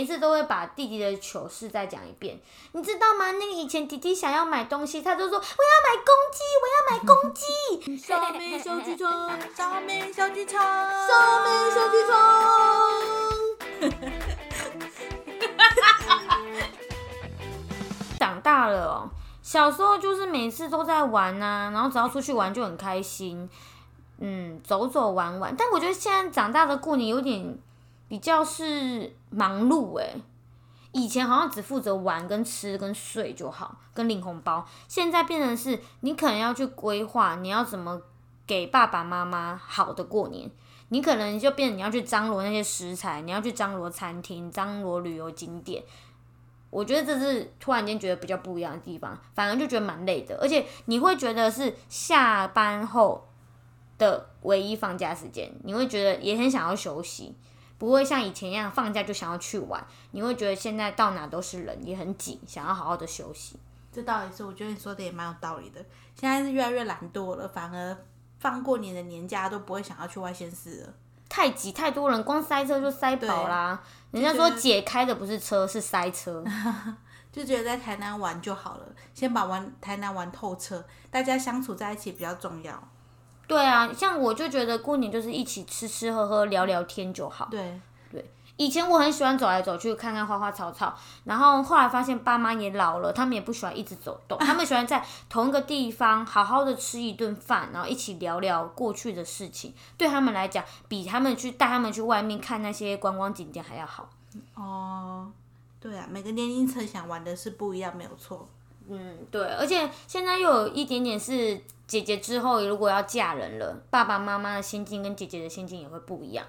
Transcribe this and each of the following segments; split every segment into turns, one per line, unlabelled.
每次都会把弟弟的糗事再讲一遍，你知道吗？那个以前弟弟想要买东西，他就说我要买公鸡，我要买公鸡。
小美小剧场，小美小剧场，
小美小剧场。 长大了哦，小时候就是每次都在玩呐、然后只要出去玩就很开心，嗯，走走玩玩。但我觉得现在长大的过年有点比较是忙碌哎、以前好像只负责玩、跟吃、跟睡就好，跟领红包。现在变成是你可能要去规划，你要怎么给爸爸妈妈好的过年。你可能就变成你要去张罗那些食材，你要去张罗餐厅、张罗旅游景点。我觉得这是突然间觉得比较不一样的地方，反而就觉得蛮累的，而且你会觉得是下班后的唯一放假时间，你会觉得也很想要休息，不会像以前一样放假就想要去玩，你会觉得现在到哪都是人，也很挤，想要好好的休息。
这倒也是，我觉得你说的也蛮有道理的。现在是越来越懒惰了，反而放过年的年假都不会想要去外县市了。
太挤太多人，光塞车就塞饱啦。人家
就
说
觉得
姐开的不是车，是塞车。
就觉得在台南玩就好了，先把玩台南玩透彻，大家相处在一起比较重要。
对啊，像我就觉得过年就是一起吃吃喝喝、聊聊天就好。
对，
以前我很喜欢走来走去，看看花花草草，然后后来发现爸妈也老了，他们也不喜欢一直走 动，他们喜欢在同一个地方好好的吃一顿饭，然后一起聊聊过去的事情。对他们来讲，比他们去带他们去外面看那些观光景点还要好。
哦，对啊，每个年龄层想玩的是不一样，没有错。
嗯，对，而且现在又有一点点是姐姐之后如果要嫁人了，爸爸妈妈的心境跟姐姐的心境也会不一样。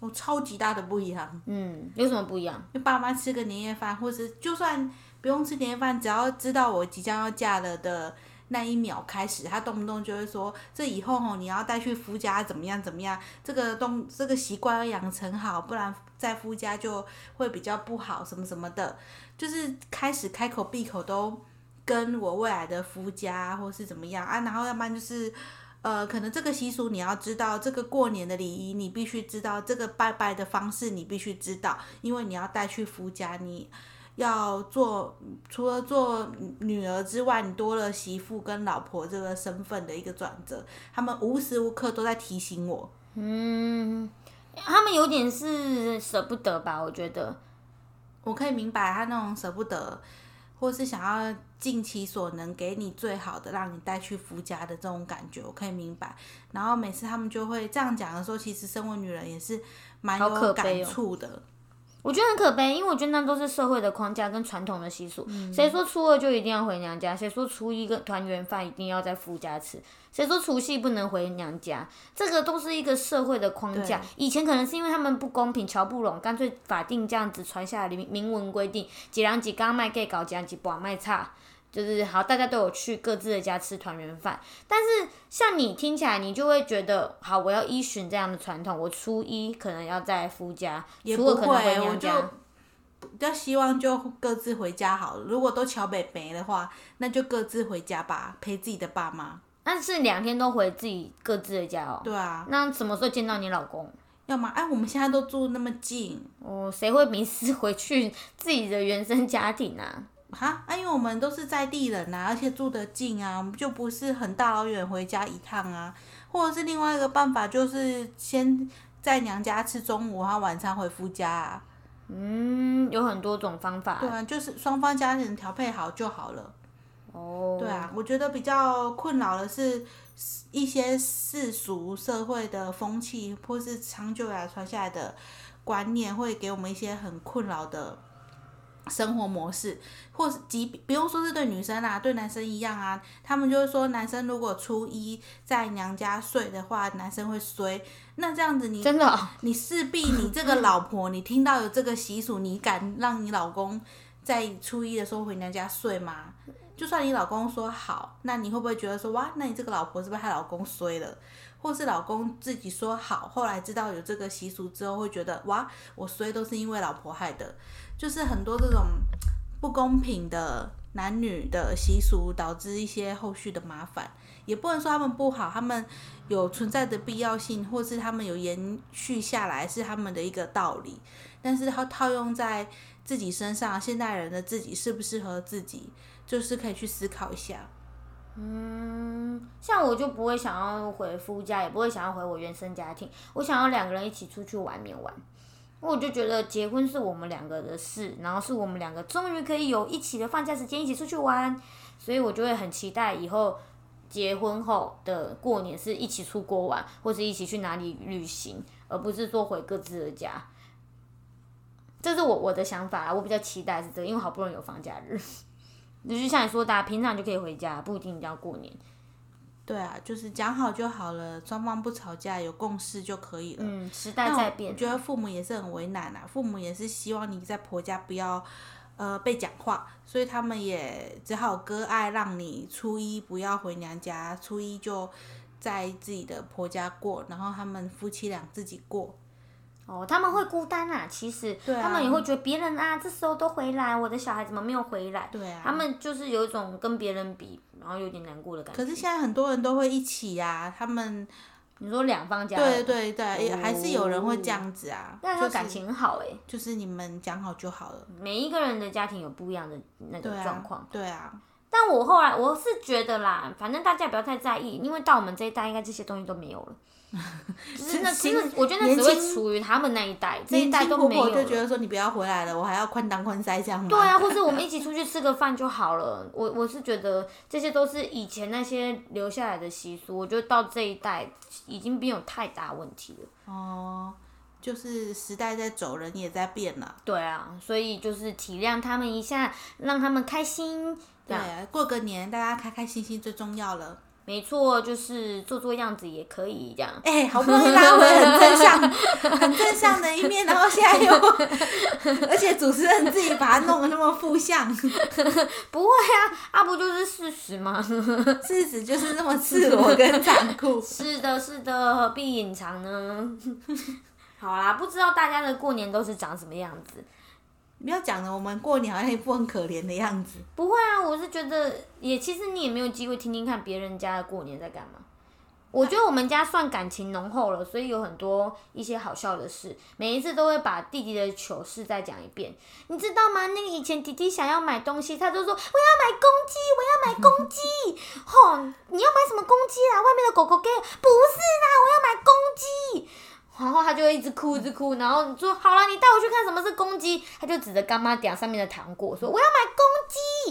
我、超级大的不一样，
嗯，有什么不一样？
因为爸妈吃个年夜饭，或是就算不用吃年夜饭，只要知道我即将要嫁了的那一秒开始，他动不动就会说：“这以后哦，你要带去夫家怎么样怎么样，这个东这个习惯要养成好，不然在夫家就会比较不好，什么什么的。”就是开始开口闭口都跟我未来的夫家或是怎么样啊，然后要不然就是。呃，可能这个习俗你要知道，这个过年的礼仪你必须知道，这个拜拜的方式你必须知道，因为你要带去夫家，你要做除了做女儿之外，你多了媳妇跟老婆这个身份的一个转折，他们无时无刻都在提醒我。
嗯，他们有点是舍不得吧，我觉得。
我可以明白他那种舍不得，或是想要尽其所能给你最好的，让你带去夫家的这种感觉，我可以明白。然后每次他们就会这样讲的时候，其实身为女人也是蛮
好可
有
悲
感
哦
触的。
我觉得很可悲，因为我觉得那都是社会的框架跟传统的习俗。谁说初二就一定要回娘家？谁说初一跟团圆饭一定要在夫家吃？谁说除夕不能回娘家？这个都是一个社会的框架
对。
以前可能是因为他们不公平、瞧不拢，干脆法定这样子传下来的明明文规定，几人几刚卖 gay 搞，几人几不卖差。就是好，大家都有去各自的家吃团圆饭，但是像你听起来，你就会觉得，好，我要依循这样的传统，我初一可能要在夫家，
也
初二
不
可能回
会我
娘家。
就比较希望就各自回家好了。如果都瞧北北的话，那就各自回家吧，陪自己的爸妈。
但是两天都回自己各自的家哦。
对啊，
那什么时候见到你老公？
要么哎，我们现在都住那么近，
哦，谁会迷失回去 自己的原生家庭啊？
哈，啊，因为我们都是在地人呐、啊，而且住得近啊，我们就不是很大老远回家一趟啊。或者是另外一个办法，就是先在娘家吃中午，然后晚餐回夫家啊。
嗯，有很多种方法。
对啊，就是双方家人调配好就好了。
哦，
对啊，我觉得比较困扰的是一些世俗社会的风气，或是长久以来传下来的观念，会给我们一些很困扰的生活模式，或是即不用说是对女生啦、对男生一样啊，他们就会说男生如果初一在娘家睡的话，男生会衰。那这样子你
真的哦、
你势必你这个老婆，你听到有这个习俗，你敢让你老公在初一的时候回娘家睡吗？就算你老公说好，那你会不会觉得说哇，那你这个老婆是不是害老公衰了？或是老公自己说好，后来知道有这个习俗之后，会觉得哇，我衰都是因为老婆害的，就是很多这种不公平的男女的习俗，导致一些后续的麻烦。也不能说他们不好，他们有存在的必要性，或是他们有延续下来是他们的一个道理。但是它套用在自己身上，现代人的自己适不适合自己，就是可以去思考一下。
嗯，像我就不会想要回夫家，也不会想要回我原生家庭，我想要两个人一起出去玩面玩。我就觉得结婚是我们两个的事，然后是我们两个终于可以有一起的放假时间，一起出去玩，所以我就会很期待以后结婚后的过年是一起出国玩，或是一起去哪里旅行，而不是说回各自的家。这是我我的想法啦，我比较期待是这个，因为好不容易有放假日。就像你说的啊、平常就可以回家，不一定一定要过年。
对啊，就是讲好就好了，双方不吵架，有共识就可以了。
嗯，时代在
我
变，啊
觉得父母也是很为难啊，父母也是希望你在婆家不要呃被讲话，所以他们也只好割爱，让你初一不要回娘家，初一就在自己的婆家过，然后他们夫妻俩自己过。
哦，他们会孤单啊，其实、
对啊
他们也会觉得别人啊，这时候都回来，我的小孩怎么没有回来？
对啊
他们就是有一种跟别人比，然后有点难过的感觉。
可是现在很多人都会一起呀、啊，他们
你说两方家
对
人，
对对，也还是有人会这样子啊，
啊哦但
就
他
是
感情很好哎、
就是你们讲好就好了。
每一个人的家庭有不一样的那个
对啊
状况。
对啊，
但我后来我是觉得啦，反正大家不要太在意，因为到我们这一代，应该这些东西都没有 了。就是那，其
新
实我觉得那
年
只会
轻
处于他们那一代，这一代
年轻
都
婆
没有
婆
了。
就觉得说你不要回来了，我还要宽当宽塞这样吗？
对啊，或者我们一起出去吃个饭就好了。我我是觉得这些都是以前那些留下来的习俗，我觉得到这一代已经没有太大问题了。
哦，就是时代在走，人也在变了。
对啊，所以就是体谅他们一下，让他们开心。这
对
样，
啊，过个年大家开开心心最重要了。
没错，就是做做样子也可以这样。
哎、好不容易拉回很正向、很正向的一面，然后现在又，而且主持人自己把它弄得那么负向，
不会啊，啊不就是事实吗？
事实就是那么赤裸跟残酷。
是的，是的，何必隐藏呢？ 好啦，不知道大家的过年都是长什么样子。
不要讲了，我们过年好像一副很可怜的样子。
不会啊，我是觉得也，其实你也没有机会听听看别人家的过年在干嘛。我觉得我们家算感情浓厚了，所以有很多一些好笑的事，每一次都会把弟弟的糗事再讲一遍。你知道吗？那个以前弟弟想要买东西，他就说我要买公鸡，我要买公鸡。 吼、你要买什么公鸡啦？外面的狗狗给不是啦，我要买公鸡。 然后他就会一直哭，一直哭，然后说好了，你带我去看什么是公鸡。他就指着干妈点上面的糖果说我要买公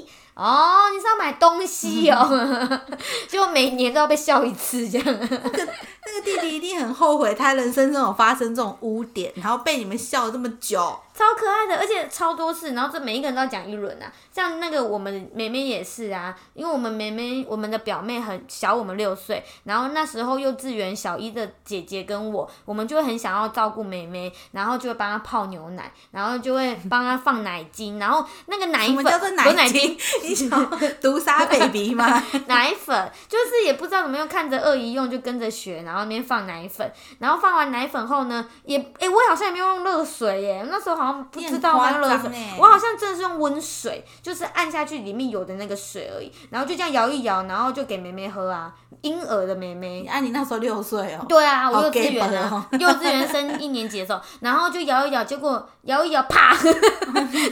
鸡。哦，你是要买东西哦， 就每年都要被笑一次这样。
那个弟弟一定很后悔，他人生中有发生这种污点，然后被你们笑了这么久。
超可爱的，而且超多次，然后这每一个人都要讲一轮啊。像那个我们妹妹也是啊，因为我们妹妹我们的表妹很小我们六岁，然后那时候幼稚园小一的姐姐跟我，我们就会很想要照顾妹妹，然后就会帮她泡牛奶，然后就会帮她放奶精，然后那个奶
我
粉
们叫做
有
奶
奶
精，你想要毒杀 baby 吗？
奶粉，就是也不知道怎么用，看着鳄鱼用就跟着学，然后那边放奶粉，然后放完奶粉后呢，也诶、我好像也没有用热水耶，那时候好像不知道
你
用
很
热
夸
水
张欸，
我好像真的是用温水，就是按下去里面有的那个水而已，然后就这样摇一摇，然后就给妹妹喝啊，婴儿的妹妹
你。啊按、你那时候六岁哦，
对啊，我
好
幼稚
gay
园啊
吧，
幼稚园升一年级的时候，然后就摇一摇，结果摇一摇，啪，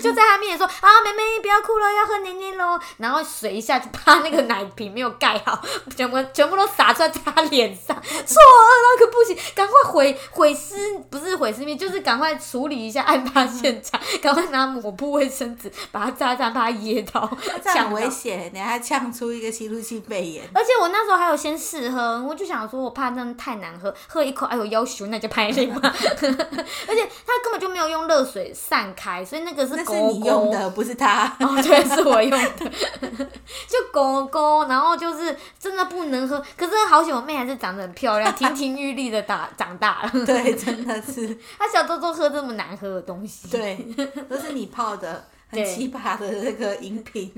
就在他面前说啊，妹妹不要哭了，要喝奶奶喽。然后水一下就啪，那个奶瓶没有盖好，全部全部都洒在他脸上，错愕到可不行，赶快毁毁尸，不是毁尸灭，就是赶快处理一下案发现场，赶快拿抹布、卫生纸把它擦擦，把它噎到，
这样很
到
危险，你还呛出一个吸入性肺炎。
而且我那时候还有先试喝，我就想说，我怕真的太难喝，喝一口，哎呦，要求那就拍另嘛。 而且它根本就没有用热水散开，所以那个是
那
勾
是你用的，不是 他。
勾。哦，对，是我用的， 就狗狗，然后就是真的不能喝。可是好险，我妹还是长得很漂亮，亭亭玉立的打长大了。
对，真的是，
她小时候都喝这么难喝的东西，
对，都是你泡的，很
对
奇葩的那个饮 品，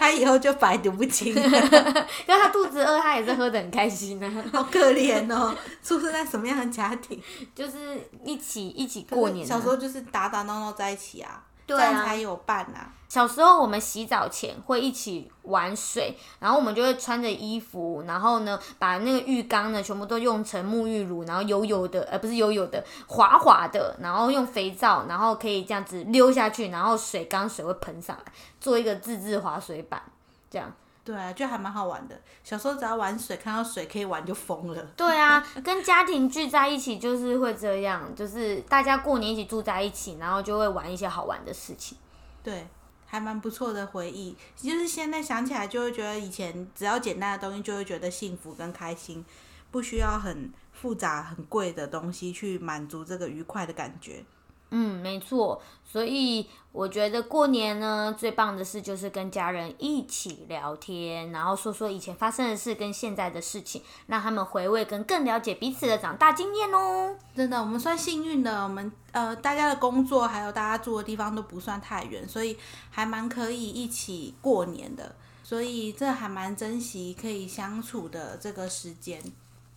他以后就百毒不侵了，
因为她肚子饿，她也是喝的很开心啊。
好可怜哦，出生在什么样的家庭？
就是一起一起过年、啊，
小时候就是打打闹闹在一起啊，
对
这样
啊
才，有伴呐、
小时候我们洗澡前会一起玩水，然后我们就会穿着衣服，然后呢把那个浴缸呢全部都用成沐浴乳，然后油油的，呃不是油油的，滑滑的，然后用肥皂，然后可以这样子溜下去，然后水缸水会喷上来，做一个自制滑水板，这样。
对啊，就还蛮好玩的。小时候只要玩水，看到水可以玩就疯了。
对啊， 跟家庭聚在一起就是会这样，就是大家过年一起住在一起，然后就会玩一些好玩的事情。
对，还蛮不错的回忆。就是现在想起来，就会觉得以前只要简单的东西，就会觉得幸福跟开心，不需要很复杂、很贵的东西去满足这个愉快的感觉。
嗯，没错。所以我觉得过年呢，最棒的事就是跟家人一起聊天，然后说说以前发生的事跟现在的事情，让他们回味跟更了解彼此的长大经验哦。
真的，我们算幸运的，我们呃，大家的工作还有大家住的地方都不算太远，所以还蛮可以一起过年的。所以这还蛮珍惜可以相处的这个时间。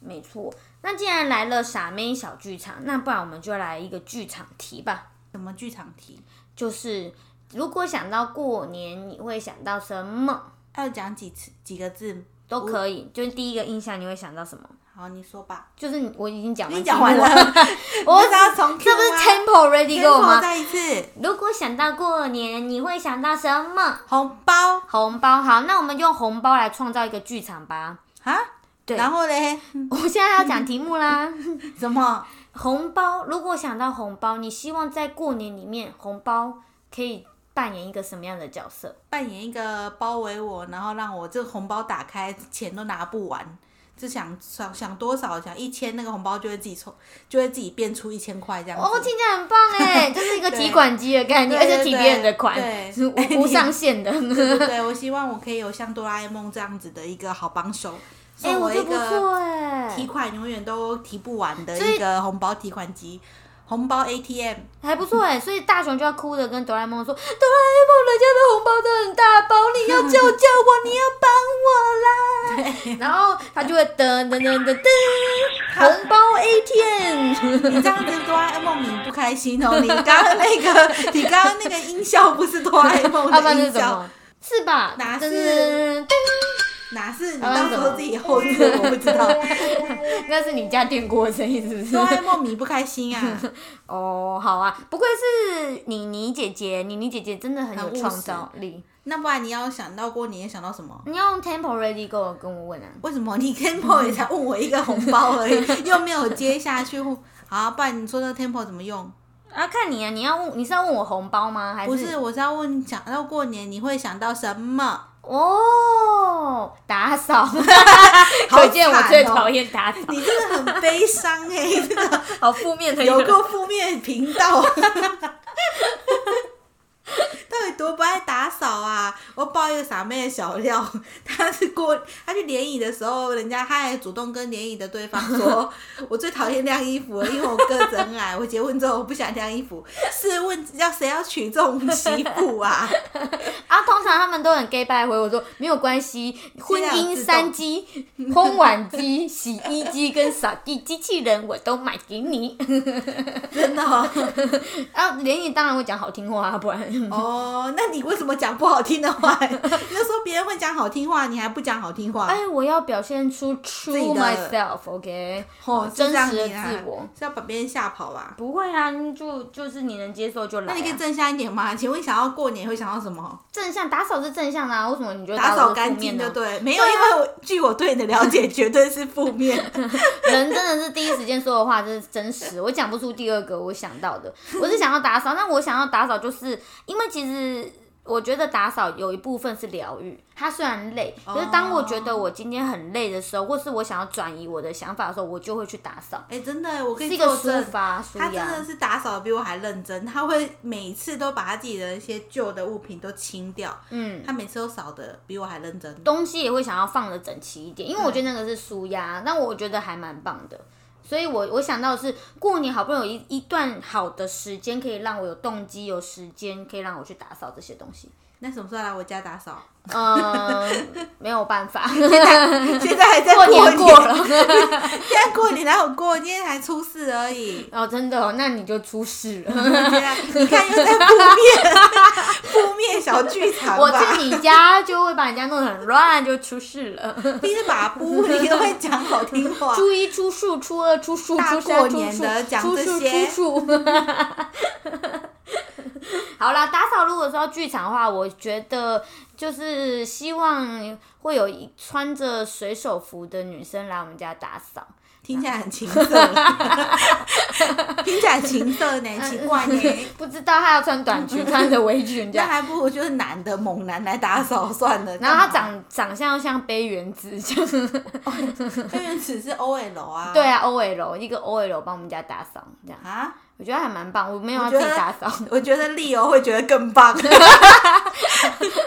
没错。那既然来了傻妹小剧场，那不然我们就来一个剧场题吧。
什么剧场题？
就是如果想到过年，你会想到什么？
要讲几次几个字？
都可以，就是第一个印象你会想到什么？
好，你说吧。
就是你我已经讲完，
你讲完 了，啊
我
我只要从 Q
这不是
吗
tempo ready 给我
天后
吗？
再一次，
如果想到过年，你会想到什么？
红包
红包。好，那我们用红包来创造一个剧场吧。
啊？
对
然后嘞，
我现在要讲题目啦。
什么？
红包，如果想到红包，你希望在过年里面，红包可以扮演一个什么样的角色？
扮演一个包围我，然后让我这个红包打开，钱都拿不完，只想想想多少，想一千那个红包就会自己抽，就会自己变出一千块这样子。
哦，听起来很棒 哎，就是一个
对
提款机的概念，而
对对
且提别人的款，
对
是无无上限的。
对对对，我希望我可以有像哆啦 A 梦这样子的一个好帮手，
哎，
送
我
一
觉得不
个
错哎，
提款永远都提不完的
所以
一个红包提款机，红包 ATM。
还不错哎，所以大雄就要哭着跟哆啦 A 梦说：“哆啦 A 梦，人家的红包都很大包，你要救救我，你要帮我啦！”然后他就会噔噔噔噔噔，红包 ATM。
你这样子哆啦 A 梦你不开心哦，你刚刚那个，你刚刚那个音效不是哆啦 A 梦
要不然
的
是
音
什
效
么，？是吧？
哪
噔
是
噔噔噔
哪是你
要不然是
到时
什么
候自己后置，我不知
啊
道。
那是你家电锅的声音是不是
哆？啦 A 梦你不开心啊，
哦，好啊，不愧是妮妮姐姐，妮妮姐姐真的很有
很务
创
实
造力。
那不然你要想到过年想到什么？
你要用 Tempo Ready 跟我跟我问啊？
为什么你 Temple 也才问我一个红包 而已，又没有接下去？好，不然你说这个 Temple 怎么用？
啊，看你啊，你要问你是要问我红包吗？还
不是，我是要问，想到过年你会想到什么？
哦，打 扫，
好
可见我
惨
最
哦
讨厌打扫，
你真的很悲伤哎、真的
好负面的一
有
个。
够负面的频道， 到底多不爱打扫啊！我爆一个傻妹的小料，她是过她去联谊的时候，人家她还主动跟联谊的对方 说，我最讨厌晾衣服了，因为我个子很矮，我结婚之后我不想晾衣服。试问要谁要娶这种媳妇啊？
啊，通常他们都很 gay 拜回我说没有关系，婚
这样
姻
自动
三机、烘碗机、洗衣机跟扫地机器人我都买给你。
真的哦，
啊，联谊当然会讲好听话啊，不 然
哦那你为什么讲不好听的话？ 你就说别人会讲好听话，你还不讲好听话？
哎，我要表现出 true
啊己的
myself，OK，、
哦，是
真
这样
实的
你啊
自我。
是要把别人吓跑吧？
不会啊，你就就是你能接受就来、
那
啊。
你可以正向一点吗？请问想要过年会想到什么？
正向打扫是正向的、啊，为什么你觉得
打
扫
扫
是
干
负面啊
净
呢
就对，没有，因为我据我对你的了解， 绝对是负 面。
人真的是第一时间说的话，这是真实。我讲不出第二个我想到 的，我是想要打扫。那我想要打扫，就是因为其实我觉得打扫有一部分是疗愈。它虽然累，
哦
可是当我觉得我今天很累的时候，或是我想要转移我的想法的时候，我就会去打扫，
哎、真的，我
是
跟
一
你
个
作
抒
证，
发、舒
他真
压
的。是打扫得比我还认真，他会每次都把他自己的一些旧的物品都清掉，
嗯，
他每次都扫的比我还认真。
东西也会想要放的整齐一点，因为我觉得那个是舒压，但我觉得还蛮棒的。所以我我想到的是过年好不容易有一一段好的时间，可以让我有动机、有时间，可以让我去打扫这些东西。
那什么时候来我家打扫？
嗯，没有办法，
现在还 在
过
年，
年过了，。
现在过年哪有过？今天才初四而已
哦，真的哦，那你就出事了。
你看又在负面， 小剧场
我
吧？
去你家就会把你家弄得很乱，就出事了。
你是马布，你都会讲好听话。
初一出数，初二出数，
大
初三
过
出
年
数，
的讲
出
这
数出
些
数。 好啦，打扫如果说剧场的话，我觉得就是希望会有一穿着水手服的女生来我们家打扫。
听起来很 情色，听起来很情色呢，奇怪呢。
不知道她要穿短 裙，穿着围裙这
那
样。
还不如就是男的猛男来打扫算了。
然后她
干嘛，
长长相又像杯原子， 就是
因为只是 OL 啊。
对啊，OL 一个 OL 帮我们家打扫这样，
啊，
我觉得还蛮棒。我没有
我
要
觉
自
得
己打扫，
我觉得利欧会觉得更 棒，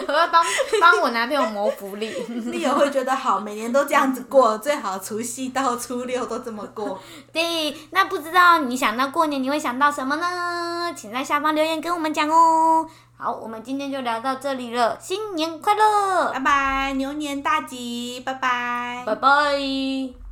我要帮帮我男朋友谋福利。
利欧会觉得好，每年都这样子过，最好除夕到初六都这么过。
对，那不知道你想到过年你会想到什么呢？请在下方留言跟我们讲哦。好，我们今天就聊到这里了，新年快乐，
拜拜，牛年大吉，拜拜
拜拜。